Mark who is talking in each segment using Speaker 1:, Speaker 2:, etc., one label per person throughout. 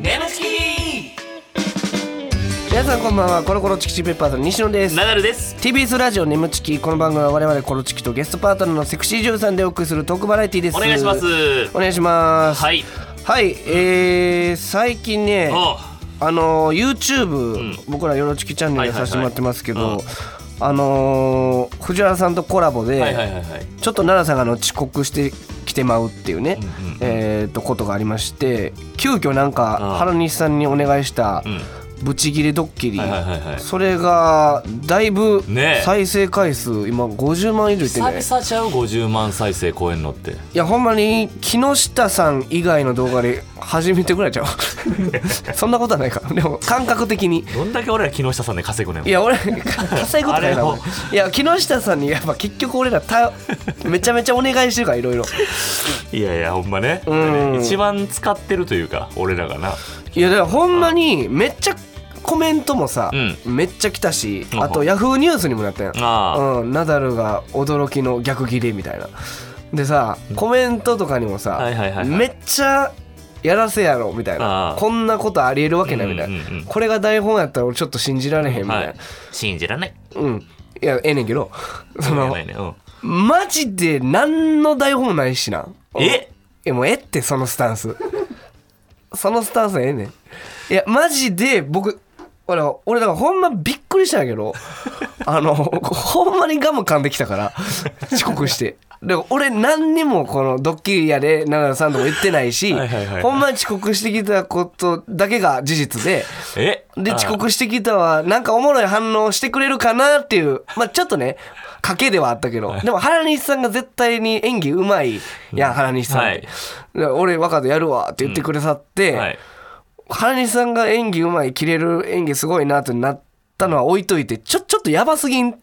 Speaker 1: ネムチ
Speaker 2: 皆さんこんばんはコロコロチキチキペッパーズの西野です
Speaker 1: キナダルです。
Speaker 2: TBS ラジオ「ネムチキ」この番組は我々コロチキとゲストパートナーのセクシージュさんでお送りするトークバラエティです
Speaker 1: お願いします。
Speaker 2: お願いします
Speaker 1: はい。
Speaker 2: はい、えー、最近ね
Speaker 1: お
Speaker 2: あのー YouTube、僕らよろちきチャンネルやさせてもらってますけど、あのー藤原さんとコラボで、
Speaker 1: はいはいはいはい。
Speaker 2: ちょっと奈良さんがあの遅刻してきてまうっていうね、
Speaker 1: うんうん
Speaker 2: えー、とことがありまして急遽なんか
Speaker 1: あ
Speaker 2: 原西さんにお願いした
Speaker 1: うん。
Speaker 2: ブチギレドッキリ、
Speaker 1: はいはいはいはい。
Speaker 2: それがだいぶ
Speaker 1: ねえ
Speaker 2: 再生回数、今50万以上いって
Speaker 1: 久
Speaker 2: ね
Speaker 1: 々ちゃう50万再生超えんのって。
Speaker 2: いやほんまに木下さん以外の動画で初めてぐらいちゃうそんなことはないかでも感覚的に
Speaker 1: どんだけ俺ら木下さんで稼ぐねん。
Speaker 2: いや俺稼ぐことない
Speaker 1: あれ
Speaker 2: な
Speaker 1: を
Speaker 2: 俺いや木下さんにやっぱ結局俺らためちゃめちゃお願いしてるからいろいろ
Speaker 1: いやいやほんまね
Speaker 2: うん
Speaker 1: 一番使ってるというか俺らがない
Speaker 2: やだからほんまにめっちゃコメントもさ、
Speaker 1: う
Speaker 2: めっちゃ来たし
Speaker 1: うん
Speaker 2: あとヤフーニュースにもなったやん
Speaker 1: あ
Speaker 2: うん、ナダルが驚きの逆ギレみたいなでさコメントとかにもさ、
Speaker 1: はいはいはいはい
Speaker 2: めっちゃやらせやろみたい
Speaker 1: あ
Speaker 2: な
Speaker 1: ー
Speaker 2: こんなことありえるわけないみたいな、
Speaker 1: うんうんうん
Speaker 2: これが台本やったら俺ちょっと信じられへんみた
Speaker 1: はい
Speaker 2: な、
Speaker 1: い信じらない
Speaker 2: うんいやええねんけど そ
Speaker 1: や
Speaker 2: の
Speaker 1: ばいねうん
Speaker 2: マジで何の台本もないしな
Speaker 1: え
Speaker 2: えもうえってそのスタンス そのスタンスええねんいやマジで僕俺俺だからほんまびっくりしたんやけど あのほんまにガム噛んできたから 遅刻してで俺何にもこのドッキリやで奈良さんとも言ってないし
Speaker 1: はいはいはいはい
Speaker 2: ほんまに遅刻してきたことだけが事実で
Speaker 1: え
Speaker 2: で
Speaker 1: あー
Speaker 2: 遅刻してきたわなんかおもろい反応してくれるかなっていうまあちょっとね賭けではあったけどでも原西さんが絶対に演技うまいやん原西さんって、で俺若田やるわって言ってくださって、
Speaker 1: はい
Speaker 2: 原西さんが演技うまい切れる演技すごいなってなったのは置いといてちょちょっとやばすぎんっ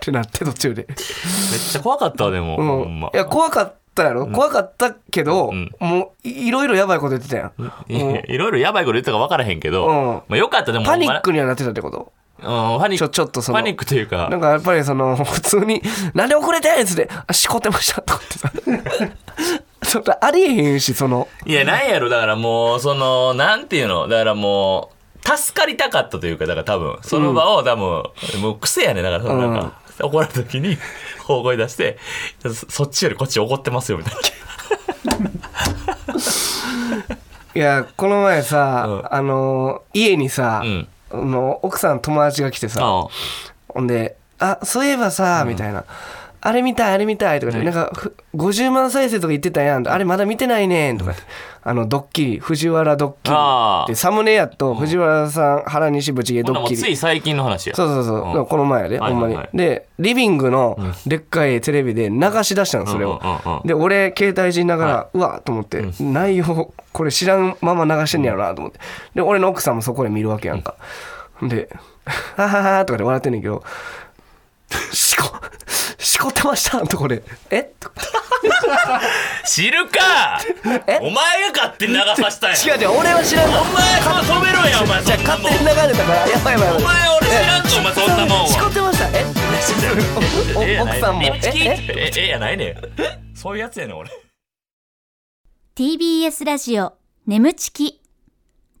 Speaker 2: て なって途中で、
Speaker 1: めっちゃ怖かったわでも
Speaker 2: うん
Speaker 1: ほんま
Speaker 2: いや怖かったやろ、怖かったけど、
Speaker 1: ん
Speaker 2: もういいろいろやばいこと言ってたやん、
Speaker 1: いやいろいろやばいこと言ったか分からへんけど
Speaker 2: うん
Speaker 1: まあよかったでも
Speaker 2: パニッ
Speaker 1: ほん
Speaker 2: クにはなってたってこと
Speaker 1: まうんパニッ
Speaker 2: ちょ
Speaker 1: ク
Speaker 2: ちょっとその
Speaker 1: パニックというか
Speaker 2: なんかやっぱりその普通に「なんで遅れて!」っつって「あしこってました」とかってさ それありえへんしその
Speaker 1: いや、なんやろ、だからもう、その、なんていうの、だからもう、助かりたかったというか、だから多分、その場を多分、もう癖やね、だからそのなんか、怒られた時に、大声出して、そそっちよりこっち怒ってますよ、みたい
Speaker 2: いやこの前さ、
Speaker 1: うん
Speaker 2: あの家にさ、
Speaker 1: うん
Speaker 2: あの奥さん友達が来て
Speaker 1: な。
Speaker 2: さ
Speaker 1: あ
Speaker 2: ほんで「あそういえばさ」みたいな。あれ見たいあれ見たいとかで、
Speaker 1: はい
Speaker 2: なんかふ50万再生とか言ってたやんあれまだ見てないねんとかってあのドッキリ藤原ドッキリ
Speaker 1: あー
Speaker 2: でサムネやっと藤原さん原西ぶちげ
Speaker 1: ほ
Speaker 2: ド
Speaker 1: んなら
Speaker 2: ッ
Speaker 1: もう
Speaker 2: キリ
Speaker 1: つい最近の話や。
Speaker 2: そうそうそう、
Speaker 1: うん
Speaker 2: この前やで、
Speaker 1: はい
Speaker 2: ほんま
Speaker 1: はいは
Speaker 2: に
Speaker 1: い。
Speaker 2: で、リビングのでっかいテレビで流し出したの、それを
Speaker 1: うんうんうんう。ん
Speaker 2: で、俺、携帯いじりながら、うわっと思って、内容、これ知らんまま流してんねやろなと思って。で、俺の奥さんもそこで見るわけやんか。で、 はははとかで笑ってんねんけど、しこ、しこってましたとこで、えとか
Speaker 1: 知るか
Speaker 2: え
Speaker 1: お前が勝手に流させたんや
Speaker 2: 違う違う、俺は知らんの
Speaker 1: お。前は止めろや、お前、
Speaker 2: じゃあ
Speaker 1: そんな
Speaker 2: 勝
Speaker 1: も
Speaker 2: 手
Speaker 1: ん
Speaker 2: に。流れたから、やばいやばいやばい。
Speaker 1: お前俺知らんぞお前そんなもんは
Speaker 2: しこってましたえ お
Speaker 1: ええやない
Speaker 2: 奥さんも、え
Speaker 1: ねんチキ
Speaker 2: え
Speaker 1: ええやないねんそういうやつやねん、俺。
Speaker 3: TBS ラジオ眠ちき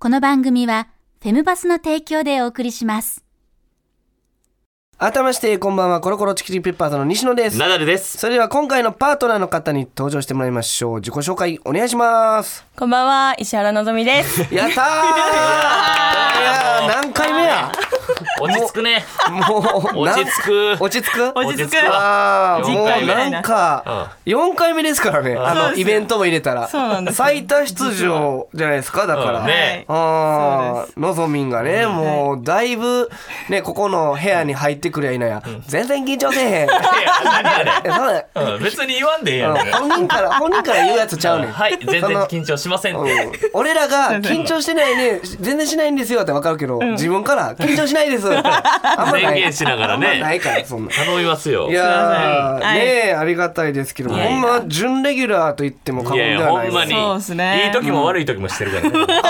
Speaker 3: この番組はフェムバスの提供でお送りします
Speaker 2: 改めましてこんばんはコロコロチキチキペッパーズの西野です
Speaker 1: ナダルです。
Speaker 2: それでは今回のパートナーの方に登場してもらいましょう自己紹介お願いします
Speaker 4: こんばんは、石原のぞみです。
Speaker 2: やったーいやー何回目や
Speaker 1: 落ち着くね。
Speaker 2: も
Speaker 1: 落
Speaker 2: うなん
Speaker 1: ち着く。
Speaker 2: 落ち着く
Speaker 4: 落ち着く
Speaker 2: あーも
Speaker 1: 四
Speaker 2: う
Speaker 1: 回目
Speaker 2: なんか4回目ですからねあ
Speaker 4: そう
Speaker 2: の
Speaker 4: です
Speaker 2: イ
Speaker 4: よ
Speaker 2: ベントも入れたら
Speaker 4: そうなんですよ
Speaker 2: 最多出場じゃないですかだから、
Speaker 1: うんね
Speaker 4: そう
Speaker 2: あ
Speaker 4: で
Speaker 2: ーのぞみんがね、もうだいぶねここの部屋に入ってくりゃいないや、全然緊張せえ へ
Speaker 1: い
Speaker 2: ん
Speaker 1: や何あれ
Speaker 2: えそうだ
Speaker 1: うん、別に言わんでええやん。
Speaker 2: うん本人から本人から言うやつちゃうねん。
Speaker 1: はい、全然
Speaker 2: その
Speaker 1: 緊張しませんって。
Speaker 2: うん俺らが緊張してないね全然しないんですよってわかるけど、自分から緊張しないですってあんまない
Speaker 1: 宣言しながらね
Speaker 2: あんまないからそんな。
Speaker 1: 頼みますよ。
Speaker 2: い
Speaker 1: いや、
Speaker 2: やー、
Speaker 4: はい
Speaker 2: ねえありがたいですけども、
Speaker 4: いやい
Speaker 2: ほ
Speaker 4: や
Speaker 2: んま準レギュラーと言っても過言ではない
Speaker 1: ほんまに。
Speaker 4: そうっすね
Speaker 1: いい時も悪い時もしてるからね。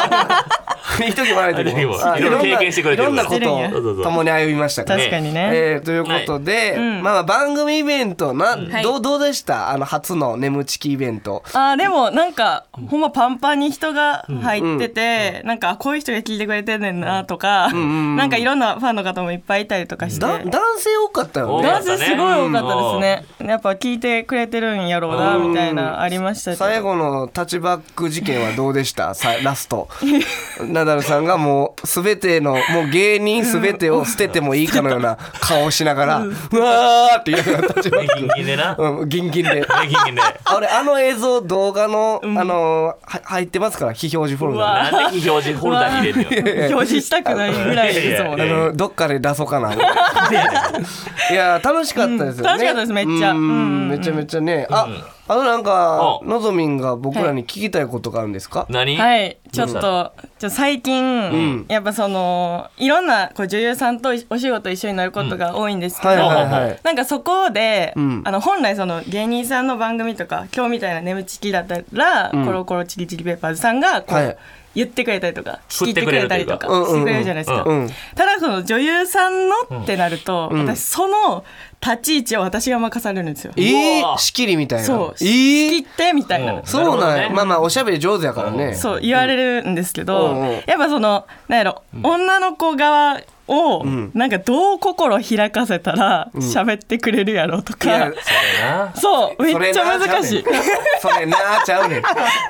Speaker 2: いい時も悪い時
Speaker 1: いい時
Speaker 2: も
Speaker 1: もいろいろ経験してくれて
Speaker 2: い
Speaker 1: る
Speaker 2: ろ
Speaker 1: か
Speaker 2: ん
Speaker 1: ら
Speaker 2: なこと
Speaker 4: そう
Speaker 1: そうそ
Speaker 2: を
Speaker 1: う
Speaker 2: 共に歩みましたから
Speaker 4: 確かにね。
Speaker 2: えーということで、
Speaker 4: うん
Speaker 2: まあまあ番組イベントな、
Speaker 4: はい
Speaker 2: どうどうでしたあの初の眠ちきイベント
Speaker 4: あーでもなんかほんまパンパンに人が入ってて、なんかあこういう人が聞いてくれてんねんなとか、
Speaker 2: ん
Speaker 4: なんかいろんなファンの方もいっぱいいたりとかして。
Speaker 2: だ男性多かったよ
Speaker 1: 多
Speaker 2: ね
Speaker 1: か
Speaker 4: ダン
Speaker 1: ったね
Speaker 4: スすごい多かったですね。やっぱ聞いてくれてるんやろうなみたいなありましたけど
Speaker 2: 最後のタッチバック事件はどうでしたさラスト ナダルさんがもう全てのもう芸人全てを捨ててもいいかのような顔をしながら「うわ!」って言いながらタッチバッ
Speaker 1: ギンギンでな。
Speaker 2: ク、うん、ギンギン で。
Speaker 1: ギンギンで。
Speaker 2: 俺あの映像動画の、あのは入ってますから非表示フォルダに
Speaker 1: なんで非表示フォルダに入れるのよ。
Speaker 4: 表示したくないぐらいですも
Speaker 1: い
Speaker 4: ん
Speaker 1: やい
Speaker 4: ね。
Speaker 1: や
Speaker 2: あのどっかで出そうか な。いや楽しかったですよね。
Speaker 4: うん楽しかったですめっちゃ
Speaker 2: うん
Speaker 4: うんうんうん
Speaker 2: めちゃめちゃね。あ、あのなんか
Speaker 1: うん
Speaker 2: のぞみんが僕らに聞きたいことがあるんですか。
Speaker 1: 何
Speaker 4: はい、ちょっと、ちょっと最近、
Speaker 2: ん
Speaker 4: やっぱその、いろんなこう女優さんといお仕事一緒になることが多いんですけど、
Speaker 2: はいはいはい。
Speaker 4: なんかそこで、
Speaker 2: うん
Speaker 4: あの本来その芸人さんの番組とか今日みたいな「眠ちき」だったら、
Speaker 2: ん
Speaker 4: コロコロチキチキペーパーズさんがこう、
Speaker 2: はい
Speaker 4: 言ってくれたりとか
Speaker 1: 振
Speaker 4: 聞
Speaker 1: っ
Speaker 4: い
Speaker 1: て
Speaker 4: て
Speaker 1: く
Speaker 4: く
Speaker 1: れると
Speaker 4: れた
Speaker 1: いう
Speaker 4: り
Speaker 1: か
Speaker 4: とかしてくれるじゃないですか、
Speaker 2: うんうん
Speaker 4: ただその女優さんのってなると、
Speaker 2: ん
Speaker 4: 私その立ち位置を私が任されるんですよ。
Speaker 2: え
Speaker 1: う
Speaker 2: ー、
Speaker 1: わ
Speaker 2: 仕切りみたいな。
Speaker 4: そう、
Speaker 2: え
Speaker 4: 仕
Speaker 2: ー、
Speaker 4: 切ってみたいな、
Speaker 1: うん
Speaker 2: そう
Speaker 1: な
Speaker 2: な
Speaker 1: る
Speaker 2: んや
Speaker 1: ほどね
Speaker 2: まあまあおしゃべり上手やからね。
Speaker 4: そう言われるんですけど、
Speaker 2: うんうん
Speaker 4: やっぱそのなんやろ、女の子側を
Speaker 2: ん
Speaker 4: なんかどう心開かせたら喋ってくれるやろと
Speaker 2: い
Speaker 4: か、
Speaker 2: や。
Speaker 1: な。
Speaker 4: そうめ
Speaker 2: それ
Speaker 4: っちゃ
Speaker 2: な
Speaker 4: 難しい。
Speaker 2: それなあちゃうね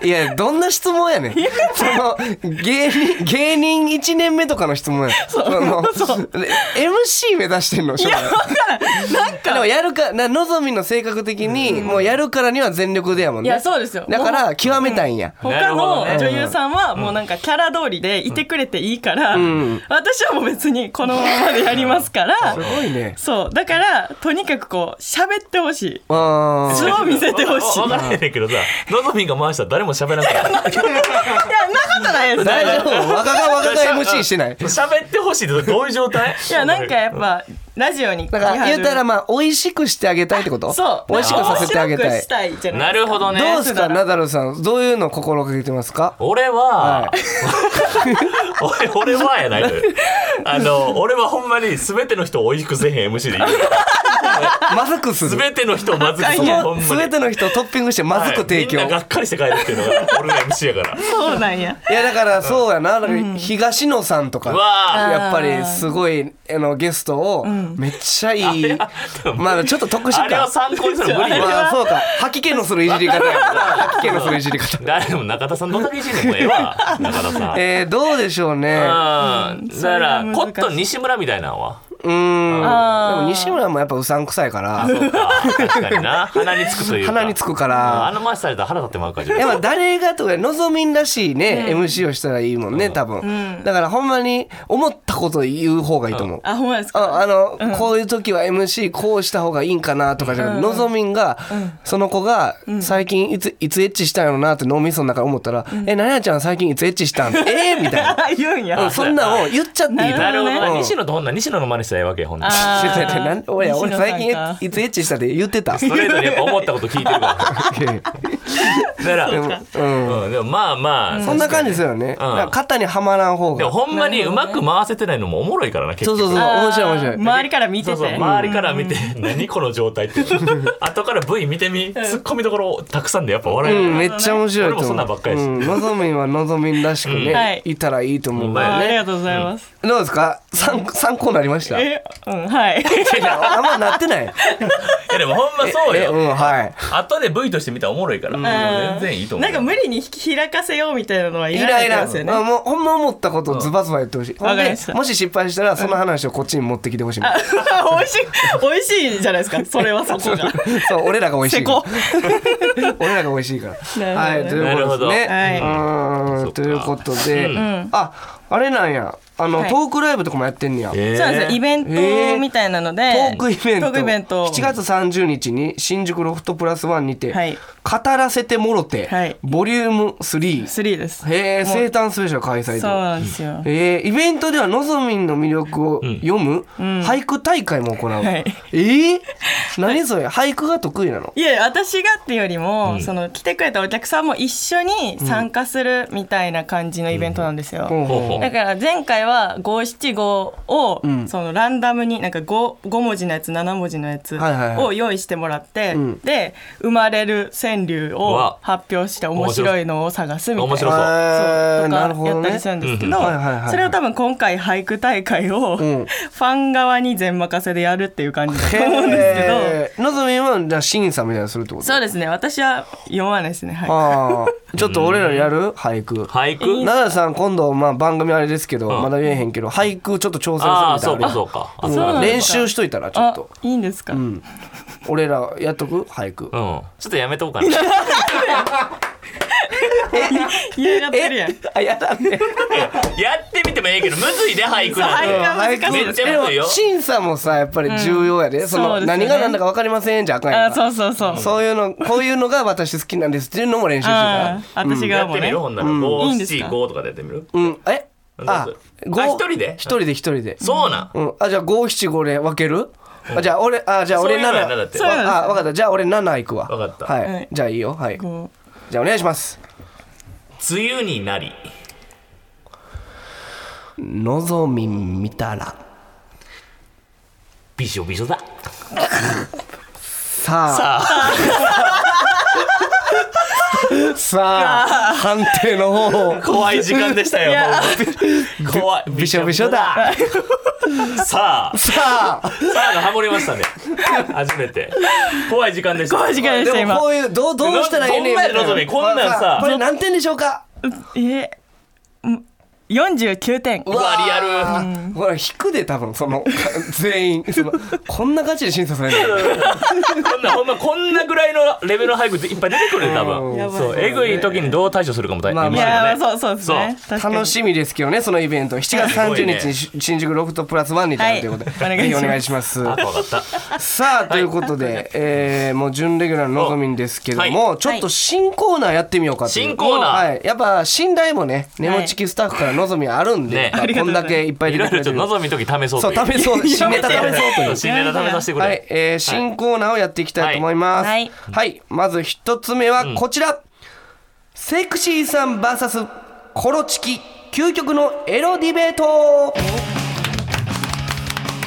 Speaker 2: ん。いや、どんな質問やねん。その、芸人、芸人1年目とかの質問やねん。その、MC 目指してんの、将来
Speaker 4: なん
Speaker 2: で
Speaker 4: か
Speaker 2: もやるか、な、のぞみの性格的に、もうやるからには全力でやもん
Speaker 4: い
Speaker 2: ね。
Speaker 4: やそうですよ
Speaker 2: だから、極めたいんや。
Speaker 1: な
Speaker 4: 他
Speaker 1: るほ
Speaker 4: の
Speaker 1: どね
Speaker 4: 女優さんはもうなんかキャラ通りでいてくれていいから、
Speaker 2: ん
Speaker 4: 私はもう別にこのままでやりますから
Speaker 2: すごいね。
Speaker 4: そうだからとにかくこう喋ってほしい
Speaker 2: あ
Speaker 4: 素を見せてほしいい
Speaker 1: わか
Speaker 4: や
Speaker 1: らへんねんけどさ、のぞみんが回したら誰も喋らない。
Speaker 4: なことないで
Speaker 2: ー
Speaker 4: す
Speaker 2: 大丈夫。若が若が MC してない。
Speaker 1: 喋ってほしいってどういう状態
Speaker 4: いやなんかやっぱラジオに
Speaker 2: だから、言うたらまあ、美味しくしてあげたいってこと
Speaker 4: そう
Speaker 2: 美味しくさせてあげ
Speaker 4: 面
Speaker 2: たい
Speaker 4: 白くし。たいじゃない
Speaker 1: なるほどね。
Speaker 2: どうすか、ナダルさん。どういうのを心がけてますか
Speaker 1: 俺は、 俺俺はやないのよあの、俺はほんまに全ての人を美味しくせえへん MC でいい。
Speaker 2: まずくする。
Speaker 1: 全ての人をまずくせえ
Speaker 2: そ
Speaker 1: へん。ほんま
Speaker 2: の
Speaker 1: に
Speaker 2: 全ての人をトッピングしてまずく提供、
Speaker 1: はいみんながっかりして帰るっていうのが俺の MC や から。
Speaker 4: そうなんや
Speaker 2: いやだからそうやな、だから東野さんとか
Speaker 1: うわ
Speaker 2: やっぱりすごいあのゲストをめっちゃいい、 まあちょっと特殊
Speaker 1: ー
Speaker 2: か
Speaker 1: あれは参考にするの無理よ。
Speaker 2: まあ、そうか吐き気のするいじり方やから吐き気のするいじり方
Speaker 1: 誰も中田さんどんだけいじんねんもうええわ。 中田さん。
Speaker 2: えー、どうでしょうね
Speaker 1: うん、だか
Speaker 4: そ
Speaker 1: ら
Speaker 4: れは難し
Speaker 1: コ
Speaker 4: い
Speaker 1: ットン西村みたいなのは
Speaker 2: うーんで
Speaker 4: あー
Speaker 2: も西村もやっぱうさんくさいから
Speaker 1: そうか確かにな鼻につくというか
Speaker 2: 鼻につくか
Speaker 1: あ
Speaker 2: ら
Speaker 1: の回されたら腹立ってまうから自 分
Speaker 2: やっぱ誰がとかのぞみんらしいね、MC をしたらいいもんね多分、だからほんまに思ったこと言う方がいいと思う、
Speaker 4: あほんまですか
Speaker 2: ああの、こういう時は MC こうした方がいいんかなとかじゃなくて、のぞみんが、その子が最近いついつエッチしたんやろなって脳みその中で思ったら「えなやちゃん最近いつエッチしたん?」えー、みたいな
Speaker 4: 言うんや
Speaker 2: うん そんなんを言っちゃっていいと思う
Speaker 1: なるほど
Speaker 2: うん
Speaker 1: な西野とほんなら西野の真似したらええわけよほんなら
Speaker 4: あー
Speaker 2: 違う違う違う なん俺
Speaker 4: 西野
Speaker 2: 俺
Speaker 4: さんか
Speaker 2: 最近エいつエッチしたって言ってた
Speaker 1: ストレートにやっぱ思ったこと聞いてるか
Speaker 2: で
Speaker 1: らだから
Speaker 2: もうん
Speaker 1: うんでもまあまあ
Speaker 2: そんな感じですよね、だから肩にはまらん方
Speaker 1: でも
Speaker 2: が
Speaker 1: ほんまにうまく回せてないのもおもろいからな結
Speaker 2: そう
Speaker 1: 局
Speaker 2: そうそう
Speaker 4: あー
Speaker 2: 面白い面白い
Speaker 4: 周りから見て
Speaker 1: そ
Speaker 4: て
Speaker 1: うそう周りから見て「何この状態」って後から V 見てみツッコミどころたくさんでやっぱ笑え
Speaker 2: う
Speaker 1: る
Speaker 2: ん
Speaker 1: か
Speaker 2: めっちゃ面白いと思う
Speaker 1: 俺もそんなんばっかりです
Speaker 2: うんのぞみんはのぞみんらしくね、
Speaker 1: うん
Speaker 4: はい
Speaker 2: いたらいいと思うから
Speaker 4: あーあり
Speaker 2: ね
Speaker 4: がとうございます、
Speaker 2: どうですか参参考になりました
Speaker 4: えうんはい
Speaker 2: あんまなってない。
Speaker 1: らいやでもほんまそう
Speaker 2: え、う
Speaker 1: よ
Speaker 2: ん、はい。
Speaker 1: 後で V として見たらおもろいから全然いいと思う
Speaker 4: なんか無理に開かせようみたいなのはい
Speaker 2: イ
Speaker 4: らな
Speaker 2: ライ
Speaker 4: い
Speaker 2: ラ。
Speaker 4: ですよね
Speaker 2: あもう、ほんま思ったことをズバズバ言ってほしい。ほん
Speaker 4: わかり
Speaker 2: で
Speaker 4: ました
Speaker 2: もし失敗したら、その話をこっちに持ってきてほしいもん。
Speaker 4: 美味しい美味しいじゃないですかそれはそこが
Speaker 2: そう、俺らが美味し
Speaker 4: せ
Speaker 2: いから
Speaker 4: こ。
Speaker 2: 俺らが美味しいから。
Speaker 4: な
Speaker 2: は
Speaker 4: る
Speaker 2: い、
Speaker 4: ほ
Speaker 2: と
Speaker 4: ど
Speaker 2: いうことです
Speaker 4: な
Speaker 2: ね。う
Speaker 4: るほ
Speaker 2: ー
Speaker 1: そ
Speaker 2: ん、
Speaker 1: っか
Speaker 2: ということで
Speaker 1: うん、
Speaker 2: あ、あれなんや。あの、
Speaker 4: はい
Speaker 2: トークライブとかもやってんねや。ト
Speaker 1: えー
Speaker 4: そうなんですよイベントみたいなので、
Speaker 2: ークイベント。
Speaker 4: トークイベント
Speaker 2: 7月30日に新宿ロフトプラスワンにて、
Speaker 4: はい
Speaker 2: 語らせてもろて、
Speaker 4: はい
Speaker 2: ボリューム3。
Speaker 4: 3です
Speaker 2: へえ、
Speaker 4: もう
Speaker 2: 生誕スペシャル開催
Speaker 4: そう
Speaker 2: と。
Speaker 4: なんですよ、
Speaker 2: えーイベントではのぞみんの魅力を読む俳句大会も行う、
Speaker 4: はい
Speaker 2: えー何それ俳句が得意なの
Speaker 4: いや私がっていうよりも、その来てくれたお客さんも一緒に参加するみたいな感じのイベントなんですよ、
Speaker 2: ほうほうほ
Speaker 1: お
Speaker 4: だから前回は五七五を、
Speaker 2: ん
Speaker 4: そのランダムになんか 5, 5文字のやつ7文字のやつ
Speaker 2: はいはいはい
Speaker 4: を用意してもらって、
Speaker 2: ん
Speaker 4: で生まれる川柳
Speaker 1: う
Speaker 4: を
Speaker 1: わ
Speaker 4: 発表して面白いのを探すみたいな
Speaker 1: 面白そう
Speaker 2: あーなる
Speaker 4: と
Speaker 2: ほ
Speaker 4: かや
Speaker 2: ど
Speaker 4: った
Speaker 2: ね
Speaker 4: りするんですけ
Speaker 1: うん
Speaker 4: ど
Speaker 2: はいはいはい
Speaker 4: それを多分今回俳句大会を、
Speaker 2: ん
Speaker 4: ファン側に全任せでやるっていう感じだと思うんですけど、
Speaker 2: へーのぞみはじゃあ審査みたいなのするってこと
Speaker 4: そうですね私は読まないですねはい
Speaker 2: ああちょっと俺らやる俳句
Speaker 1: 俳句
Speaker 2: 奈良さん今度まあ番組あれですけど
Speaker 1: ん
Speaker 2: まだ言えへんけど俳句ちょっと挑
Speaker 1: あ
Speaker 2: 戦
Speaker 1: あ
Speaker 2: する
Speaker 1: そう
Speaker 2: みた
Speaker 1: か
Speaker 2: いな
Speaker 1: そうか
Speaker 4: あそう
Speaker 2: う
Speaker 4: なんんですか
Speaker 2: 練習しといたらちょっ
Speaker 4: あ
Speaker 2: と
Speaker 4: いいんですか、
Speaker 2: うん俺らやっとく俳句
Speaker 1: うん、ちょっとやめとこうかな
Speaker 4: 嫌がってるやん
Speaker 2: あやだ ね
Speaker 1: やってみてもええけどむずいで俳句なん
Speaker 4: 俳
Speaker 1: て
Speaker 4: 句は難しい
Speaker 1: め
Speaker 4: で
Speaker 1: っ
Speaker 4: す
Speaker 1: ちゃむずい
Speaker 2: で
Speaker 1: よ
Speaker 2: も審査もさやっぱり重要やでそ
Speaker 4: そう
Speaker 2: の
Speaker 4: ですよね
Speaker 2: 何が何だか分かりませんじゃあかんや
Speaker 4: あ
Speaker 2: ん
Speaker 4: そうそうそう
Speaker 2: そういうのこういうのが私好きなんですっていうのも練習して
Speaker 4: ああ
Speaker 2: た
Speaker 4: 私
Speaker 1: や
Speaker 4: が
Speaker 1: っ
Speaker 4: も
Speaker 1: て
Speaker 4: う
Speaker 1: み
Speaker 4: ね、
Speaker 1: るほんなら
Speaker 4: いいんですか
Speaker 1: 575とかでやってみる
Speaker 2: うんえあ
Speaker 1: あ一人で
Speaker 2: 一人で一人で
Speaker 1: そうなん
Speaker 2: うん、あじゃあ五七五で分ける、あじゃあ俺あじゃあ俺
Speaker 1: そういうのやなだ
Speaker 2: 七
Speaker 1: って
Speaker 4: そういうのです
Speaker 2: あ分かったじゃあ俺七いくわ
Speaker 1: 分かった
Speaker 2: はい、
Speaker 4: はい
Speaker 2: じゃあいいよはい
Speaker 4: こ
Speaker 2: じゃあお願いします
Speaker 1: 梅雨になり
Speaker 2: のぞみん見たら
Speaker 1: びしょびしょだ
Speaker 2: さあ
Speaker 1: さあ
Speaker 2: さあ判定の方を
Speaker 1: 怖い時間でしたよ
Speaker 4: や
Speaker 1: ほんまに 怖い
Speaker 2: びしょびしょだ
Speaker 1: さあさ
Speaker 2: さあ
Speaker 1: あがハモりましたね初めて怖い時間でした
Speaker 4: 怖い時間でした
Speaker 2: でも
Speaker 4: 今
Speaker 2: こういうどうどうしたらええねんみたい
Speaker 1: どんなやのぞみこんなんさ
Speaker 2: まあこれ何点でしょうか
Speaker 4: うえうん49点
Speaker 1: うわリアル
Speaker 2: ルほら引くで多分その 全員そのこんなガチで審査される
Speaker 1: こんなほんまこんなぐらいのレベルの俳句いっぱい出てくるね多
Speaker 2: うんや
Speaker 1: 分
Speaker 4: ばい
Speaker 1: そうえぐい時にどう対処するかも大
Speaker 2: まあ
Speaker 1: 変
Speaker 2: ま
Speaker 4: い
Speaker 2: あ
Speaker 1: ね
Speaker 4: やーそうそうですね確かに
Speaker 2: 楽しみですけどねそのイベント7月30日
Speaker 1: す
Speaker 2: にし新宿ロフトプラスワンになるということで、
Speaker 4: はい
Speaker 2: ぜひお願いしま す
Speaker 1: あ怖かった
Speaker 2: さあということで、えーもう準レギュラーののぞみんですけども、ちょっと新コーナーやってみようかという
Speaker 1: 新コーナー
Speaker 2: はい、やっぱ信頼もね眠ちきスタッフからのぞみあるんで、
Speaker 1: ね
Speaker 2: まあ
Speaker 4: ありが
Speaker 2: こと
Speaker 4: うんござ
Speaker 2: だ
Speaker 4: います
Speaker 2: けいっぱい
Speaker 1: い
Speaker 2: 出
Speaker 1: ろ
Speaker 2: て
Speaker 1: いろち
Speaker 2: くれて
Speaker 1: ょっ
Speaker 2: る
Speaker 1: と望みの時試そう
Speaker 2: そ う
Speaker 1: という
Speaker 2: 食べそう新ネタ食べそうという
Speaker 1: 新ネタ試させてくれ、
Speaker 2: はい、えー新コーナーをやっていきたいと思います。は
Speaker 4: はいい、
Speaker 2: まず一つ目はこちら。セクシーさん VS コロチキ究極のエロディベート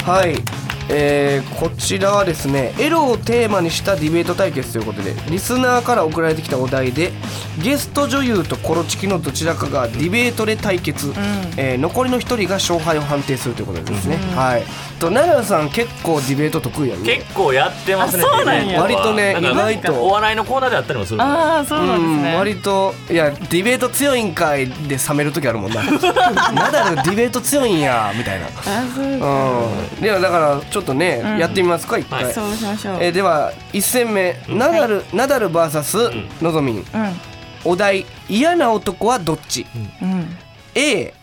Speaker 2: はい、えーこちらはですねエロをテーマにしたディベート対決ということでリスナーから送られてきたお題でゲスト女優とコロチキのどちらかがディベートで対決、えー残りの1人が勝敗を判定するということですね、はいと奈良さん結構ディベベート得意やね
Speaker 1: 結構やってますね
Speaker 4: あそうなんや
Speaker 2: 割とね
Speaker 1: なんか
Speaker 2: 意外と
Speaker 1: お笑いのコーナーであったりもするもんね
Speaker 4: ああそうなんですね、
Speaker 2: うん、割といやディベート強いんかいで冷める時あるもんな ナダルディベート強いんやみたいな
Speaker 4: あそう
Speaker 2: うんではだからちょっとね、やってみますか一回、
Speaker 1: はい
Speaker 4: そうしましょう
Speaker 2: えーでは1戦目、ナダル、ナダル VS のぞみん、お題嫌な男はどっち、
Speaker 4: うん
Speaker 2: A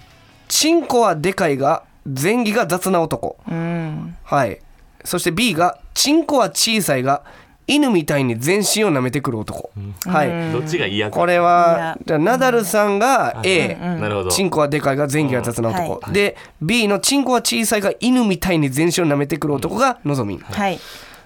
Speaker 2: チンコはでかいが前儀が雑な男
Speaker 4: うん
Speaker 2: はいそして B がチンコは小さいが犬みたいに全身を舐めてくる男、はい、
Speaker 1: どっちが嫌か
Speaker 2: これ
Speaker 4: い
Speaker 2: は
Speaker 4: や
Speaker 2: じゃあナダルさんが A、
Speaker 1: なるほど
Speaker 2: チンコはでかいが前儀が雑な男、
Speaker 4: うん
Speaker 2: で B のチンコは小さいが犬みたいに全身を舐めてくる男がのぞみん、
Speaker 4: はい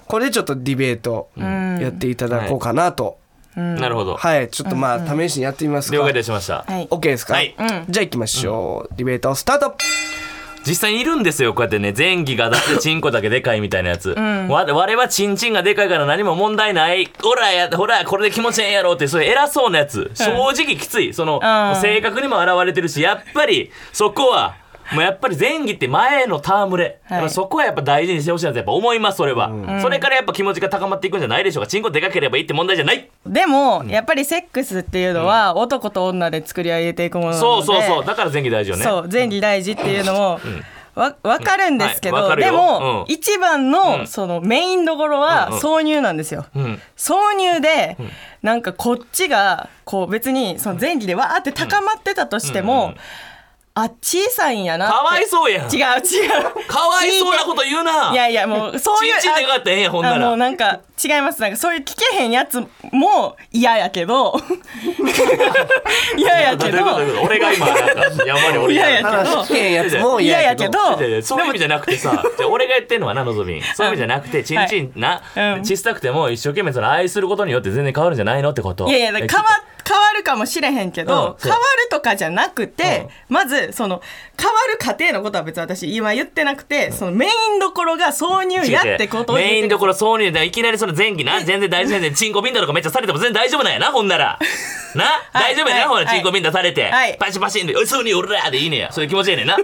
Speaker 2: これでちょっとディベートやっていただこうかなと、
Speaker 1: なるほど
Speaker 2: はいちょっとまあ試しにやってみますか、
Speaker 1: 了解いたしました
Speaker 4: はい
Speaker 2: OK ですか、
Speaker 1: はい
Speaker 2: じゃあ行きましょう、ディベートスタート
Speaker 1: 実際にいるんですよこうやってね前儀がだってチンコだけでかいみたいなやつ、わ我はチンチンがでかいから何も問題ないほらやほらこれで気持ちええやろってそういう偉そうなやつ正直きついその、
Speaker 4: ん
Speaker 1: 性格にも表れてるしやっぱりそこはもうやっぱり前儀って前の戯れ、
Speaker 4: はい
Speaker 1: そこはやっぱ大事にしてほしいなってやっぱ思いますそれは、それからやっぱ気持ちが高まっていくんじゃないでしょうかチンコでかければいいって問題じゃない
Speaker 4: でもやっぱりセックスっていうのは男と女で作り上げていくものなの
Speaker 1: そう
Speaker 4: で
Speaker 1: そうそうだから前儀大事よね
Speaker 4: そう前儀大事っていうのも、わ分かるんですけど、
Speaker 1: はいわかるよ
Speaker 4: でも、
Speaker 1: うん
Speaker 4: 一番の,、
Speaker 1: うん
Speaker 4: そのメインどころ
Speaker 1: う
Speaker 4: は
Speaker 1: んうん
Speaker 4: 挿入なんですよ。
Speaker 1: うん
Speaker 4: 挿入で、なんかこっちがこう別にその前儀でわーって高まってたとしても、
Speaker 1: うんうん
Speaker 4: あ小さいんやなって
Speaker 1: かわいそうやん
Speaker 4: 違う違う
Speaker 1: かわいそうなこと言うない
Speaker 4: やいやもうそういう
Speaker 1: チンチンでかかったらええんやほんな
Speaker 4: あ
Speaker 1: ら
Speaker 4: もうなんか違いますなんかそういう聞けへんやつも嫌や けど嫌やけ
Speaker 1: どういうことどういうこと俺が今なんかやばい俺
Speaker 4: 嫌
Speaker 1: が
Speaker 4: やけど
Speaker 2: 話聞けへんやつも
Speaker 4: ど嫌
Speaker 2: 嫌や
Speaker 4: や
Speaker 2: け
Speaker 4: け
Speaker 2: ど
Speaker 4: ど
Speaker 1: いやいやそういう意味じゃなくてさじゃあ俺が言ってんのはなのぞみんそういう意味じゃなくてちんちんな
Speaker 4: うん
Speaker 1: 小さくても一生懸命その愛することによって全然変わるんじゃないのってこと
Speaker 4: いやいや、だから変わ、変わるるかもしれへんけど、
Speaker 1: うんそう
Speaker 4: 変わるとかじゃなくて、まずその変わる過程のことは別に私今言ってなくて、そのメインどころが挿入やってことを言って
Speaker 1: メインどこ
Speaker 4: ろ
Speaker 1: ろ挿入だいきなりその前期な全然大丈夫やねんチンコビンタとかめっちゃされても全然大丈夫なんやなほんなら な、
Speaker 4: はい
Speaker 1: 大丈夫やな、
Speaker 4: はい
Speaker 1: ほら、
Speaker 4: はい
Speaker 1: チンコビンタされて、
Speaker 4: はい
Speaker 1: パシパシンで「おい挿入おら!」でいいねやそういう気持ちやねんな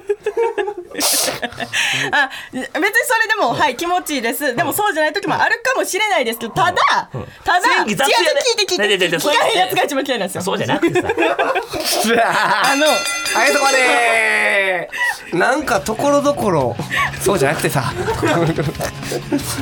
Speaker 4: あ別にそれでも、はい気持ちいいですでもそうじゃない時もあるかもしれないですけどただ、ただ、
Speaker 1: 前
Speaker 4: 違う違
Speaker 1: 期
Speaker 4: う
Speaker 1: 雑やで
Speaker 4: 聞いて聞
Speaker 1: ね
Speaker 4: い
Speaker 1: ね
Speaker 4: て
Speaker 1: ね
Speaker 4: 聞
Speaker 1: ねそう
Speaker 4: かないやつが一番嫌いなんですよ
Speaker 1: そうじゃなくてさ
Speaker 2: は
Speaker 4: あの
Speaker 2: いそこまでなんかところどころそうじゃなくてさ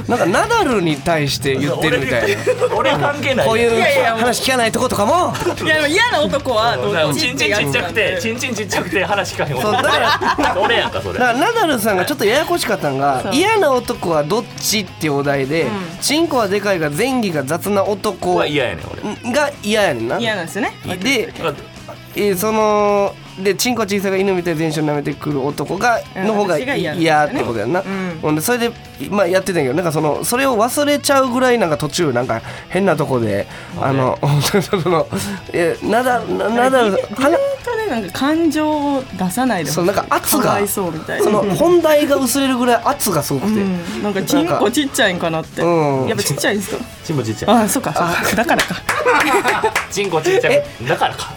Speaker 2: なんかナダルに対して 言ってるみたいな
Speaker 1: 俺関係ない
Speaker 2: こういうう
Speaker 4: やいやもう
Speaker 2: 話聞かないとことかも
Speaker 4: いやでも嫌な男はどっち
Speaker 1: チ
Speaker 4: っ
Speaker 1: ンチ
Speaker 4: て
Speaker 1: ン
Speaker 4: や
Speaker 1: ち
Speaker 4: つ
Speaker 1: っちゃ
Speaker 4: な
Speaker 1: く
Speaker 4: んで
Speaker 1: てチンチンちっちゃくて話聞かへん
Speaker 2: そうだから
Speaker 1: 俺 俺やんかそれ
Speaker 2: だからナダルさんがちょっとややこしかったのが
Speaker 4: う
Speaker 2: 嫌な男はどっちっていうお題で、チンコはでかいが前戯が雑な男
Speaker 1: は
Speaker 2: が
Speaker 1: 嫌やねん俺
Speaker 2: 嫌やねんな
Speaker 4: 嫌なんですよね
Speaker 2: で、えーそのでチンコ小さいが犬みたいな全身を舐めてくる男が
Speaker 4: うん
Speaker 2: の方が
Speaker 4: 私が嫌
Speaker 2: 嫌
Speaker 4: なん
Speaker 2: ってことやんな、
Speaker 4: うん
Speaker 2: ほんでそれで、まあ、やってたんやけどなんかそのそれを忘れちゃうぐらいなんか途中なんか変なとこであの そのえナダルナダル
Speaker 4: ずっ
Speaker 2: はな
Speaker 4: とねなんか感情を出さないでほしい
Speaker 2: そうなんか圧が
Speaker 4: かわいそうみたいな
Speaker 2: その本題が薄れるぐらい圧がすごくて。
Speaker 4: うん、なんかチンコちっちゃいんかなって
Speaker 2: うん
Speaker 4: やっぱちっちゃいん ですか
Speaker 1: チンポちっちゃい
Speaker 4: ああそうかそうかだからか
Speaker 1: チンコちっちゃいだからか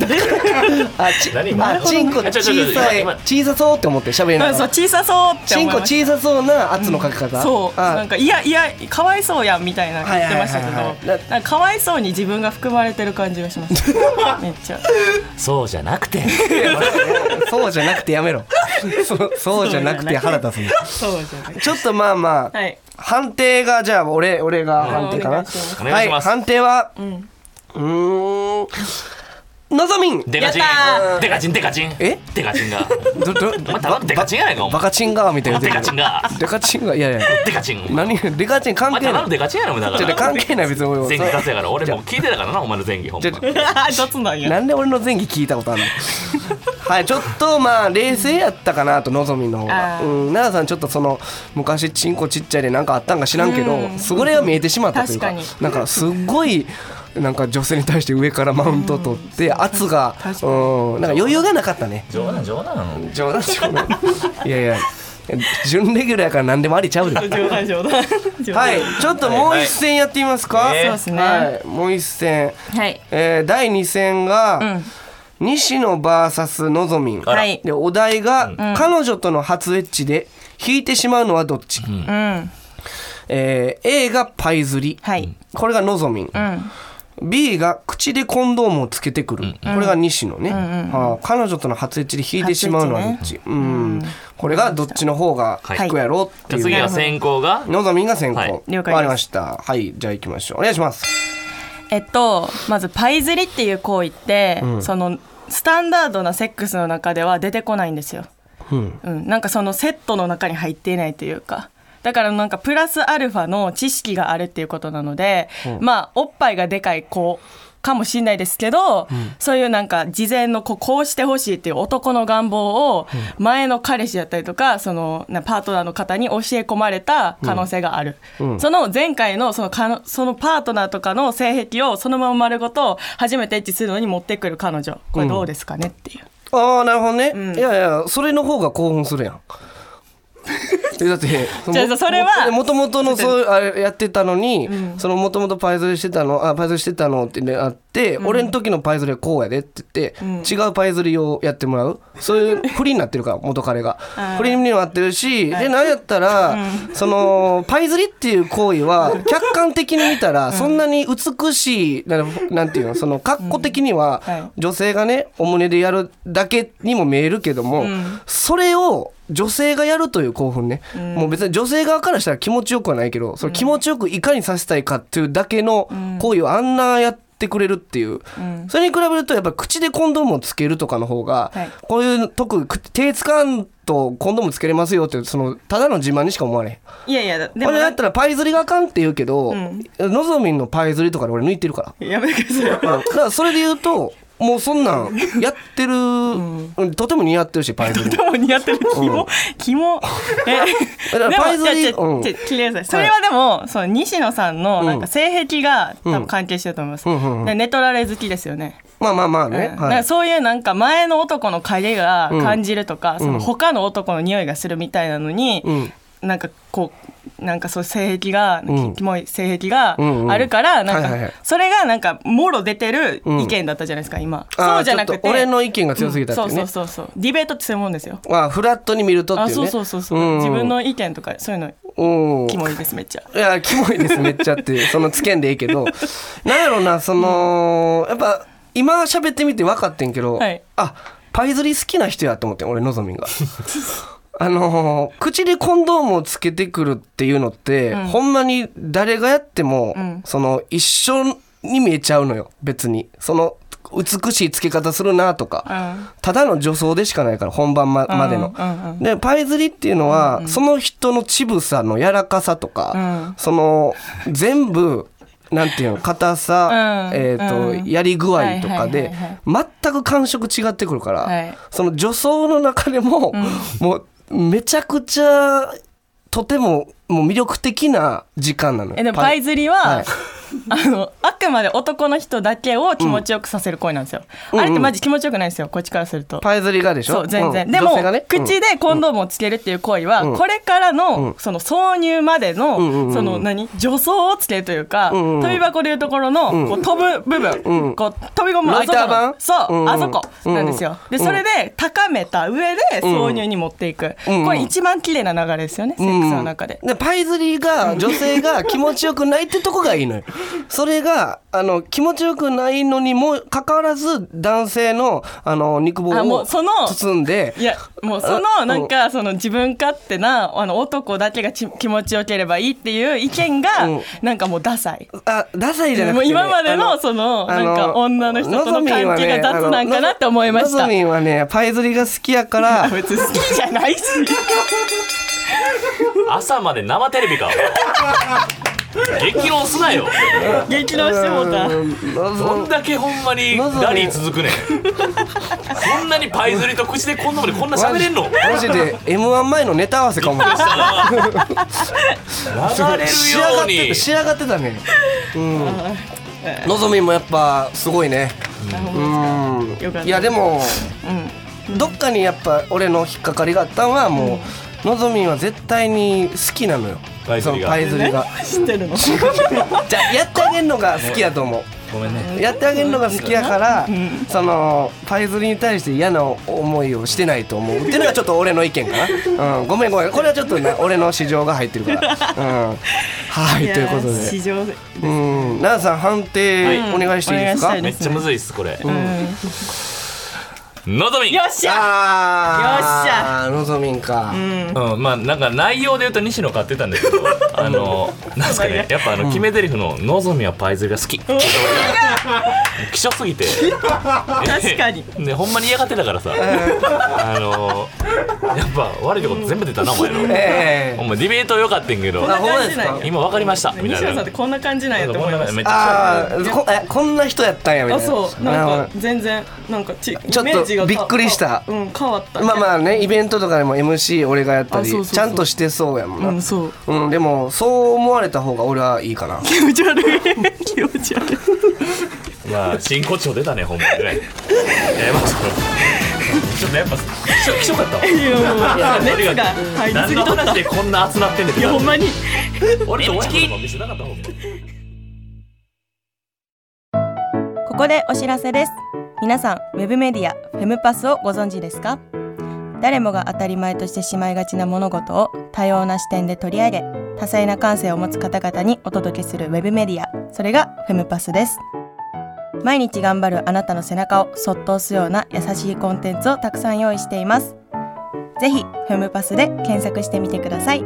Speaker 2: あ、ち
Speaker 1: 何今
Speaker 2: あチンコ
Speaker 1: あちょちょちょ
Speaker 2: 小さい
Speaker 1: 今今
Speaker 2: 小さそうって思って喋れな
Speaker 4: うん
Speaker 2: い
Speaker 4: そう小さそうって
Speaker 2: チ
Speaker 4: 思い
Speaker 2: ン
Speaker 4: ま
Speaker 2: コ
Speaker 4: した
Speaker 2: 小さそうな圧のかけ方、
Speaker 4: そう
Speaker 2: あ
Speaker 4: なんかいやいやかわいそうやんみたいな言ってましたけ
Speaker 2: はいはいはい
Speaker 4: ど
Speaker 2: は
Speaker 4: ないんかかわいそうに自分が含まれてる感じがしま しためっちゃ
Speaker 1: そうじゃなくて
Speaker 2: そうじゃなくてやめ ろそうそうじゃなくて腹立つの
Speaker 4: そうじゃない
Speaker 2: ちょっとまあまあ、
Speaker 4: はい
Speaker 2: 判定がじゃあ俺俺が判定かな、
Speaker 4: お願いします
Speaker 1: お願いします
Speaker 2: はい判定はうんーんのぞみん
Speaker 1: デカチン
Speaker 4: やったー
Speaker 1: デカチンデカチン
Speaker 2: え
Speaker 1: デカチン が
Speaker 2: どど
Speaker 1: お前ただのデカチンやないかお
Speaker 2: バ
Speaker 1: 前
Speaker 2: カチンがみたいな
Speaker 1: デカチンが
Speaker 2: デカチンがいやいや
Speaker 1: デカチンお前
Speaker 2: 何デカチン関
Speaker 1: お前
Speaker 2: 係
Speaker 1: ただ
Speaker 2: な
Speaker 1: の
Speaker 2: い
Speaker 1: デカチンやろお前だ
Speaker 2: ちょ
Speaker 1: か
Speaker 2: っと
Speaker 1: ら
Speaker 2: 関係ない別に俺も
Speaker 1: 前期雑やから俺もう聞いてたからなお前の前期ほん
Speaker 2: ちょ
Speaker 1: ま
Speaker 4: あ雑なんや
Speaker 2: なんで俺の前期聞いたことあるの はいちょっとまあ冷静やったかなとのぞみの方が
Speaker 4: あ
Speaker 2: うん
Speaker 4: ー
Speaker 2: 奈良さんちょっとその昔チンコちっちゃいでなんかあったんか知らんけど
Speaker 4: うん
Speaker 2: それが見えてしまったというか
Speaker 4: 確か
Speaker 2: なんかすっごいなんか女性に対して上からマウント取って圧が
Speaker 4: 確かに
Speaker 2: うんなんか余裕がなかったね
Speaker 1: 冗談冗談
Speaker 2: 冗談冗 談いやいや準レギュラーやから何でもありちゃうで
Speaker 4: 冗談冗談冗 談
Speaker 2: はいちょっともう一戦やってみますか、
Speaker 1: はいはい
Speaker 4: そうですね
Speaker 2: はいもう一戦
Speaker 4: はい
Speaker 2: えー第2戦が、西野 VS のぞみん、
Speaker 1: あら
Speaker 4: はい
Speaker 2: でお題が、彼女との初エッチで引いてしまうのはどっち、
Speaker 4: うん
Speaker 2: えー A がパイズリ、
Speaker 4: はい
Speaker 2: これがのぞみん、B が口でコンドームをつけてくる、これが西野ね、はあ彼女との初エッチで引いてしまうのはどっち、うんこれがどっちの方が引くやろって
Speaker 1: じゃ
Speaker 2: い
Speaker 1: あ次は
Speaker 2: う、
Speaker 1: 先行が
Speaker 2: のぞみんが先行、
Speaker 1: はい
Speaker 4: 了解です
Speaker 2: わかりましたはいじゃあ行きましょうお願いします
Speaker 4: えっとまずパイ釣りっていう行為って、そのスタンダードなセックスの中では出てこないんですよ、
Speaker 2: うん
Speaker 4: うん、なんかそのセットの中に入っていないというかだからなんかプラスアルファの知識があるっていうことなので、まあおっぱいがでかい子かもしれないですけど、そういうなんか事前のこうこうしてほしいっていう男の願望を前の彼氏だったりとかそのなパートナーの方に教え込まれた可能性がある、その前回のそのかのそのパートナーとかの性癖をそのまま丸ごと初めてエッチするのに持ってくる彼女これどうですかねっていう。
Speaker 2: ああなるほどね、いやいやそれの方が興奮する やんえだって
Speaker 4: じゃあそれは
Speaker 2: もともとのそうあれやってたのに、そのもともとパイズリしてたのあパイズリしてたのってねあって、俺の時のパイズリはこうやでって言って、違うパイズリをやってもらうそういう不利になってる から元彼が不利にもなってるし、でなんやったら、そのパイズリっていう行為は客観的に見たらそんなに美しい、ななんていうのその格好的には、
Speaker 4: うんはい
Speaker 2: 女性がねお胸でやるだけにも見えるけども、それを女性がやるという興奮ね、もう別に女性側からしたら気持ちよくはないけどその気持ちよくいかにさせたいかっていうだけの行為をあんなやってくれるっていう、それに比べるとやっぱ口でコンドームをつけるとかの方が、
Speaker 4: はい
Speaker 2: こういう特に手つかんとコンドームつけれますよっていうそのただの自慢にしか思われへん
Speaker 4: いやいやで
Speaker 2: これだったらパイ釣りがあかんって言うけど、
Speaker 4: ん
Speaker 2: のぞみんのパイ釣りとかで俺抜いてるから。
Speaker 4: やめてください
Speaker 2: だからそれで言うともうそんなんやってる、うんとても似合ってるしパイ ズリ
Speaker 4: でも似合ってるキモ、キモえ
Speaker 2: だからパイズリ
Speaker 4: でも
Speaker 2: うん
Speaker 4: ちょちょちょ切れなさいそれはでも、その西野さんのなんか性癖が多分関係してると思います、
Speaker 2: うんうんうんうん
Speaker 4: で寝取られ好きですよね
Speaker 2: まあまあまあね。
Speaker 4: なん
Speaker 2: は
Speaker 4: か
Speaker 2: い。
Speaker 4: そういうなんか前の男の影が感じるとか、その他の男の匂いがするみたいなのに、
Speaker 2: うん。
Speaker 4: なんかこうなんかそう性癖が、
Speaker 2: うん
Speaker 4: キモい性癖が
Speaker 2: うんうん
Speaker 4: あるから、なん
Speaker 2: は
Speaker 4: か、
Speaker 2: いはいはい
Speaker 4: それがなんかもろ出てる
Speaker 2: うん
Speaker 4: 意見だったじゃないですか今、
Speaker 2: あー
Speaker 4: そうじゃな
Speaker 2: ち
Speaker 4: く
Speaker 2: ょ
Speaker 4: て
Speaker 2: っと俺の意見が強すぎたっていうね
Speaker 4: うんそうそうそうそうディベートってそういうもんですよ
Speaker 2: まあ、フラットに見るとっていう
Speaker 4: あ
Speaker 2: ね。
Speaker 4: そうそうそうそう、
Speaker 2: ん
Speaker 4: 自分。の意見とかそういうの
Speaker 2: うん。
Speaker 4: キモいですめっちゃ
Speaker 2: いや、キモいです、めっちゃって いう、そのつけんでいいけど、なんやろな、その、やっぱ、今喋ってみて分かってんけど、
Speaker 4: はい
Speaker 2: あ、パイズリ好きな人やと思ってん俺、のぞみん が。あのー口でコンドームをつけてくるっていうのって、
Speaker 4: ん
Speaker 2: ほんまに誰がやっても、
Speaker 4: うん
Speaker 2: その、一緒に見えちゃうのよ、別に。その、美しいつけ方するなとか。
Speaker 4: うん
Speaker 2: ただの女装でしかないから本番ままでの。
Speaker 4: うんうん
Speaker 2: でパイ釣りっていうのは、その人の乳房の柔らかさとか、その全部なんていうの硬さ、
Speaker 4: うん
Speaker 2: えーと
Speaker 4: うん
Speaker 2: やり具合とか
Speaker 4: はい
Speaker 2: で
Speaker 4: はいはい
Speaker 2: 全く感触違ってくるから、
Speaker 4: はい
Speaker 2: その女装の中でも、もうめちゃくちゃとてももう魅力的な時間なのよ。
Speaker 4: えでもパイ釣り
Speaker 2: は、
Speaker 4: はいあのあくまで男の人だけを気持ちよくさせる恋なんですよ、
Speaker 2: ん
Speaker 4: あれってマジ気持ちよくないんですよこっちからすると
Speaker 2: パイ釣りがでしょ
Speaker 4: そう全然、
Speaker 2: うん
Speaker 4: で
Speaker 2: 女
Speaker 4: も、
Speaker 2: 性がねうん
Speaker 4: 口でコンドームをつけるっていう行為は、これからの、その挿入まで
Speaker 2: ん
Speaker 4: の、
Speaker 2: うんうん
Speaker 4: その何助走をつけるというか、
Speaker 2: んうん
Speaker 4: 飛び箱でいうところの、こう飛ぶ部分、
Speaker 2: ん
Speaker 4: こう飛び込むあそこ
Speaker 2: ライター版
Speaker 4: のそう、
Speaker 2: うんうん
Speaker 4: あそこなんですよでそれで高めた上で挿入に持っていく、
Speaker 2: んうん
Speaker 4: これ一番綺麗な流れですよね、セックスの中で
Speaker 2: う、んでパイ釣りが女性が気持ちよくないってとこがいい のよそれがあの気持ちよくないのにもかかわらず男性のあの肉棒
Speaker 4: あも
Speaker 2: を
Speaker 4: うその
Speaker 2: 包んで
Speaker 4: いやもうそ
Speaker 2: あ
Speaker 4: のなんかその自分勝手なあの男だけがち気持ちよければいいっていう意見が
Speaker 2: うん
Speaker 4: なんかもうダサい。
Speaker 2: あダサいじゃなく
Speaker 4: もう
Speaker 2: てね、
Speaker 4: 今まで
Speaker 2: あ
Speaker 4: のその
Speaker 2: あ
Speaker 4: なんか女の人との関係が雑なんかなって思いまし
Speaker 2: の
Speaker 4: た
Speaker 2: ぞ。みんはねパイ釣りが好きやか
Speaker 4: あ
Speaker 2: ら
Speaker 4: 別に好きじゃないし。
Speaker 1: 朝まで生テレビか。激論すなよ。
Speaker 4: 激動してもうた。
Speaker 2: うんのぞ
Speaker 1: どんだけほんまにラリー続くねん。こんなにパイ釣りと口でこんなもでこんな喋れんの。流
Speaker 2: マジで M1 前のネタ合わせかも
Speaker 1: れ
Speaker 2: 仕
Speaker 1: る
Speaker 2: 上が
Speaker 1: よ
Speaker 2: っ
Speaker 1: う
Speaker 2: て
Speaker 1: に
Speaker 2: た。仕上がってたねうんのぞみんもやっぱすごいねうん
Speaker 4: よかった
Speaker 2: いやでも、どっかにやっぱ俺の引っかかりがあったのはもう、のぞみんは絶対に好きなのよ
Speaker 1: パイ釣りが
Speaker 2: そのパイ釣りが
Speaker 4: 知ってるの。
Speaker 2: じゃあやってあげるのが好きやと思う
Speaker 1: ごめんね。
Speaker 2: やってあげるのが好きやから、そのパイズリに対して嫌な思いをしてないと思うっていうのがちょっと俺の意見かな、うん、ごめんごめんこれはちょっとね俺の市場が入ってるから、うん、はいということ
Speaker 4: や
Speaker 2: で
Speaker 4: 史上。
Speaker 2: うん奈良さん判定お願いしていいですか、
Speaker 4: はいお願
Speaker 1: め
Speaker 4: い
Speaker 1: っ
Speaker 4: し
Speaker 1: ちゃむずいっすこれ。
Speaker 4: うん
Speaker 1: のぞみ。
Speaker 4: よっしゃ。
Speaker 2: あーよっしゃのぞみんか、
Speaker 1: うん、まあなんか内容で言うと西野買ってたんですけどあのなんですかねやっぱあの決め台詞の「のぞみはパイズリが好き」希少す ぎて確
Speaker 4: かに
Speaker 1: ねほんまに嫌がってたからさあのやっぱ悪いとこ全部出たなお前の
Speaker 2: え
Speaker 1: お前ディベート良かったんけど
Speaker 2: えあほんまです
Speaker 4: こんな
Speaker 2: か
Speaker 4: 感じ
Speaker 1: 今分かりましたみた
Speaker 4: 西野
Speaker 1: い
Speaker 4: さん
Speaker 1: な
Speaker 4: ってこんな感じなんやって思いまし
Speaker 1: めっちゃ
Speaker 2: あーこえこんな人やったんやみ
Speaker 4: た。
Speaker 2: たい
Speaker 4: あ
Speaker 2: な
Speaker 4: そうなんか全然なんかちイメ
Speaker 2: と
Speaker 4: ージが
Speaker 2: びっくりした
Speaker 4: うん変わった。
Speaker 2: まあまあねイベントとかでも MC 俺がやったり
Speaker 4: あそうそうそう
Speaker 2: ちゃんとしてそうやもんな、
Speaker 4: うんそう。
Speaker 2: うん、でもそう思われた方が俺はいいかな。
Speaker 4: 気持ち悪い気持ち悪い
Speaker 1: まあ真骨頂出たねほんまにねやばいっすこれちょっとやっぱ希少希少かったわ
Speaker 4: いやもうなんか熱が入りす
Speaker 1: 何
Speaker 4: ぎ
Speaker 1: の
Speaker 4: とった
Speaker 1: 話でこんな集まってんねんって
Speaker 4: いやほんまに
Speaker 1: 俺と親子の見せなかったほんま
Speaker 5: ここでお知らせです皆さんウェブメディアフェムパスをご存知ですか誰もが当たり前としてしまいがちな物事を多様な視点で取り上げ多彩な感性を持つ方々にお届けするウェブメディアそれがフェムパスです毎日頑張るあなたの背中をそっと押すような優しいコンテンツをたくさん用意していますぜひフェムパスで検索してみてください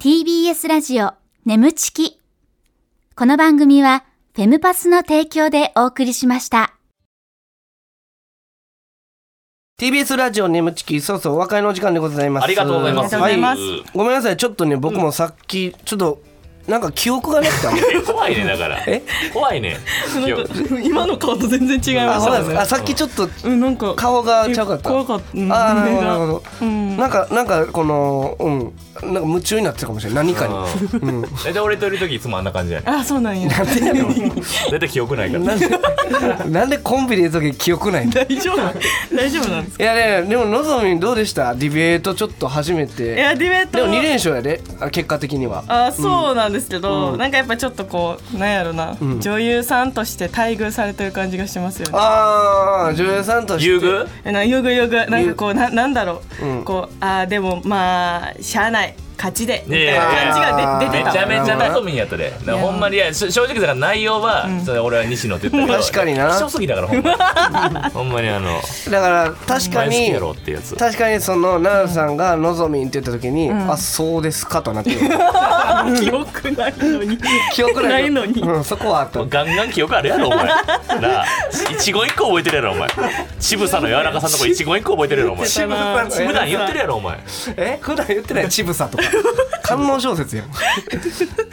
Speaker 3: TBS ラジオ眠ちき。この番組はフェムパスの提供でお送りしました。
Speaker 2: TBS ラジオ眠ちき、そうそうお別れのお時間でございます。
Speaker 1: ありがとうございます。
Speaker 4: ありがとうございます
Speaker 2: ごめんなさい、ちょっとね、僕もさっき、ちょっとなんか記憶がなくてあんま り
Speaker 1: 怖いねだから
Speaker 2: え
Speaker 1: 怖いねいや
Speaker 4: 今の顔と全然違い
Speaker 2: あ
Speaker 4: まし
Speaker 2: そうな
Speaker 4: た
Speaker 2: んですかあさっきちょっと
Speaker 4: うんなんか
Speaker 2: 顔がちゃうかった
Speaker 4: 怖かったうん
Speaker 2: ああなるほど
Speaker 4: 目
Speaker 2: な
Speaker 4: が
Speaker 2: るほど
Speaker 4: うん
Speaker 2: なんかなんかこのうんなんか夢中になってたかもしれない何かに
Speaker 1: あー
Speaker 2: うん
Speaker 1: 大体俺といる時いつもあんな感じやね
Speaker 4: あそうなんや
Speaker 2: なんでやねん
Speaker 1: 大体記憶ないから
Speaker 2: なんでなんでコンビでいる時記憶ないんだ
Speaker 4: 大丈夫大丈夫なんですか
Speaker 2: いやねでものぞみんどうでしたディベートちょっと初めて
Speaker 4: いやディベート
Speaker 2: でも2連勝やであ結果的には
Speaker 4: あそうなんですけど、
Speaker 2: うん
Speaker 4: なんかやっぱちょっとこうなんやろな、
Speaker 2: ん
Speaker 4: 女優さんとして待遇されてる感じがしますよね
Speaker 2: ああ女優さんとして
Speaker 1: 優遇
Speaker 4: えなよぐよぐなんかこうななんだろう、
Speaker 2: うん
Speaker 4: こうあーでもまあしゃあない勝ちでみたい
Speaker 1: い
Speaker 4: な
Speaker 1: やいやいや
Speaker 4: 感じが
Speaker 1: め
Speaker 4: 出出て
Speaker 1: ちゃ
Speaker 4: た
Speaker 1: めちゃタコミンやったでだからほんまにいやし正直だから内容は、それ俺は西野って言ったけど
Speaker 2: 確かにな
Speaker 1: 希少すぎだからほんまにほんまにあの
Speaker 2: だから
Speaker 1: 「
Speaker 2: 確か
Speaker 1: 前好き
Speaker 2: に
Speaker 1: やろ」ってやつ
Speaker 2: 確かにその奈々さんが「のぞみん」って言った時に「あそうですか」となってる
Speaker 4: 記憶ないのに
Speaker 2: 記憶ないよ
Speaker 4: な いのに
Speaker 2: うん、そこはあ った
Speaker 1: ガンガン記憶あるやろお前なあいちご一個覚えてるやろお前渋さの柔らかさのとこいちご一個覚えてるやろお前
Speaker 4: 渋さ
Speaker 2: の
Speaker 1: 普段言ってるやろお前
Speaker 2: え普段言ってないちぶさとか観音小説やん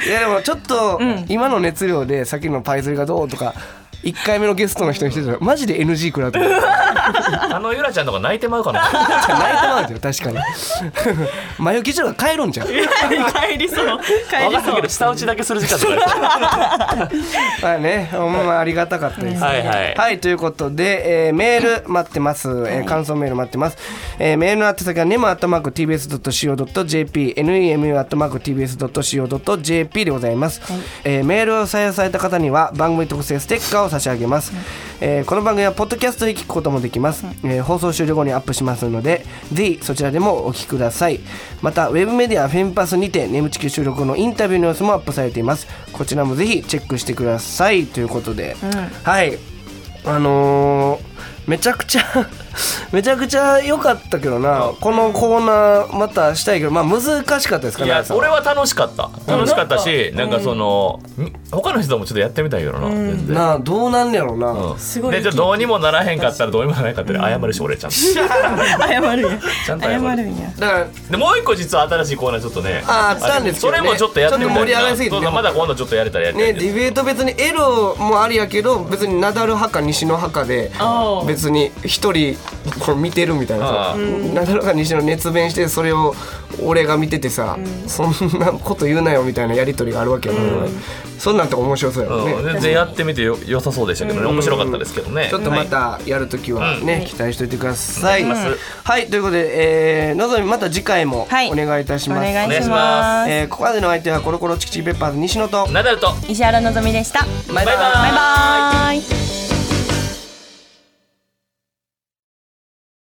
Speaker 2: いやでもちょっと今の熱量でさっきのパイズリがどうとか1回目のゲストの人にしてたらマジで NG 食らってる泣いて
Speaker 1: あのゆらちゃんとか泣いてまうかな
Speaker 2: まうてる確かに 眉毛ちょっと帰るんじゃん
Speaker 4: 帰りそう帰
Speaker 1: 若す
Speaker 4: りそ
Speaker 1: ぎ
Speaker 4: う
Speaker 1: る舌打ちだけする時間とかあ
Speaker 2: まあね、ほんまありがたかったです、ね。
Speaker 1: はいはい
Speaker 2: ということで、えーメール待ってます、えー感想メール待ってます。えーメールの宛先は nemu.tbs.co.jp、nemu.tbs.co.jp でございます、えーメールを採用された方には番組特製ステッカーを差し上げます。えーこの番組はポッドキャストで聞くこともできます、えー放送終了後にアップしますので、ぜひそちらでもお聞きください。また、ウェブメディアフェンパスにて、ネムチキ収録後のインタビューの様子もアップされています。こちらもぜひチェックしてください。ということで、はい。あのーめちゃくちゃ、 めちゃくちゃ良かったけどな、このコーナーまたしたいけど、まあ難しかったですか
Speaker 1: るい
Speaker 2: ね。
Speaker 1: や
Speaker 2: さん
Speaker 1: 俺は楽しかった楽しかったしなんかそのみ他の人もちょっとやってみたいけどな全然
Speaker 2: なあ、どうなんねやろうな。
Speaker 1: うん
Speaker 4: すごい
Speaker 1: でちょっとどうにもならへんかったらどうにもならへんかったら謝るし俺ちゃんと
Speaker 4: 謝るんや
Speaker 1: ちゃんと謝
Speaker 4: 謝
Speaker 1: る
Speaker 4: るんや
Speaker 2: だから、
Speaker 1: でもう一個実は新しいコーナーちょっとね
Speaker 2: あーあったんですけどね
Speaker 1: それもちょっとやってみたい
Speaker 2: ちょっと盛り上がりすぎて
Speaker 1: そうそうまだ今度ちょっとやれたらやりた
Speaker 2: ね、
Speaker 1: い
Speaker 2: ディベート別にエロもありやけど別にナダル派か西野派かで
Speaker 4: あー
Speaker 2: 別に一人これ見てるみたいな
Speaker 1: あ
Speaker 2: さナダル派西野熱弁してそれを俺が見ててさ、そんなこと言うなよみたいなやり取りがあるわけやから、そんなんとか面白そうやろね、
Speaker 1: うん、全然やってみてよ良さそうでしたけどね面白かったですけどね
Speaker 2: ちょっとまたやるときはね、期待しておいてください、
Speaker 1: お願いします
Speaker 2: はいということで、えー、のぞみまた次回も
Speaker 5: はい
Speaker 2: お願いいたし
Speaker 5: お
Speaker 2: ます、
Speaker 5: 願
Speaker 1: お
Speaker 5: い
Speaker 1: 願い
Speaker 5: し
Speaker 1: し
Speaker 5: ま
Speaker 1: ます
Speaker 2: えーここまでのお相手はコロコロチキチキペッパーズ西野と
Speaker 1: ナダルと
Speaker 5: 石原のぞみでした
Speaker 1: バイバイ
Speaker 5: バイバイ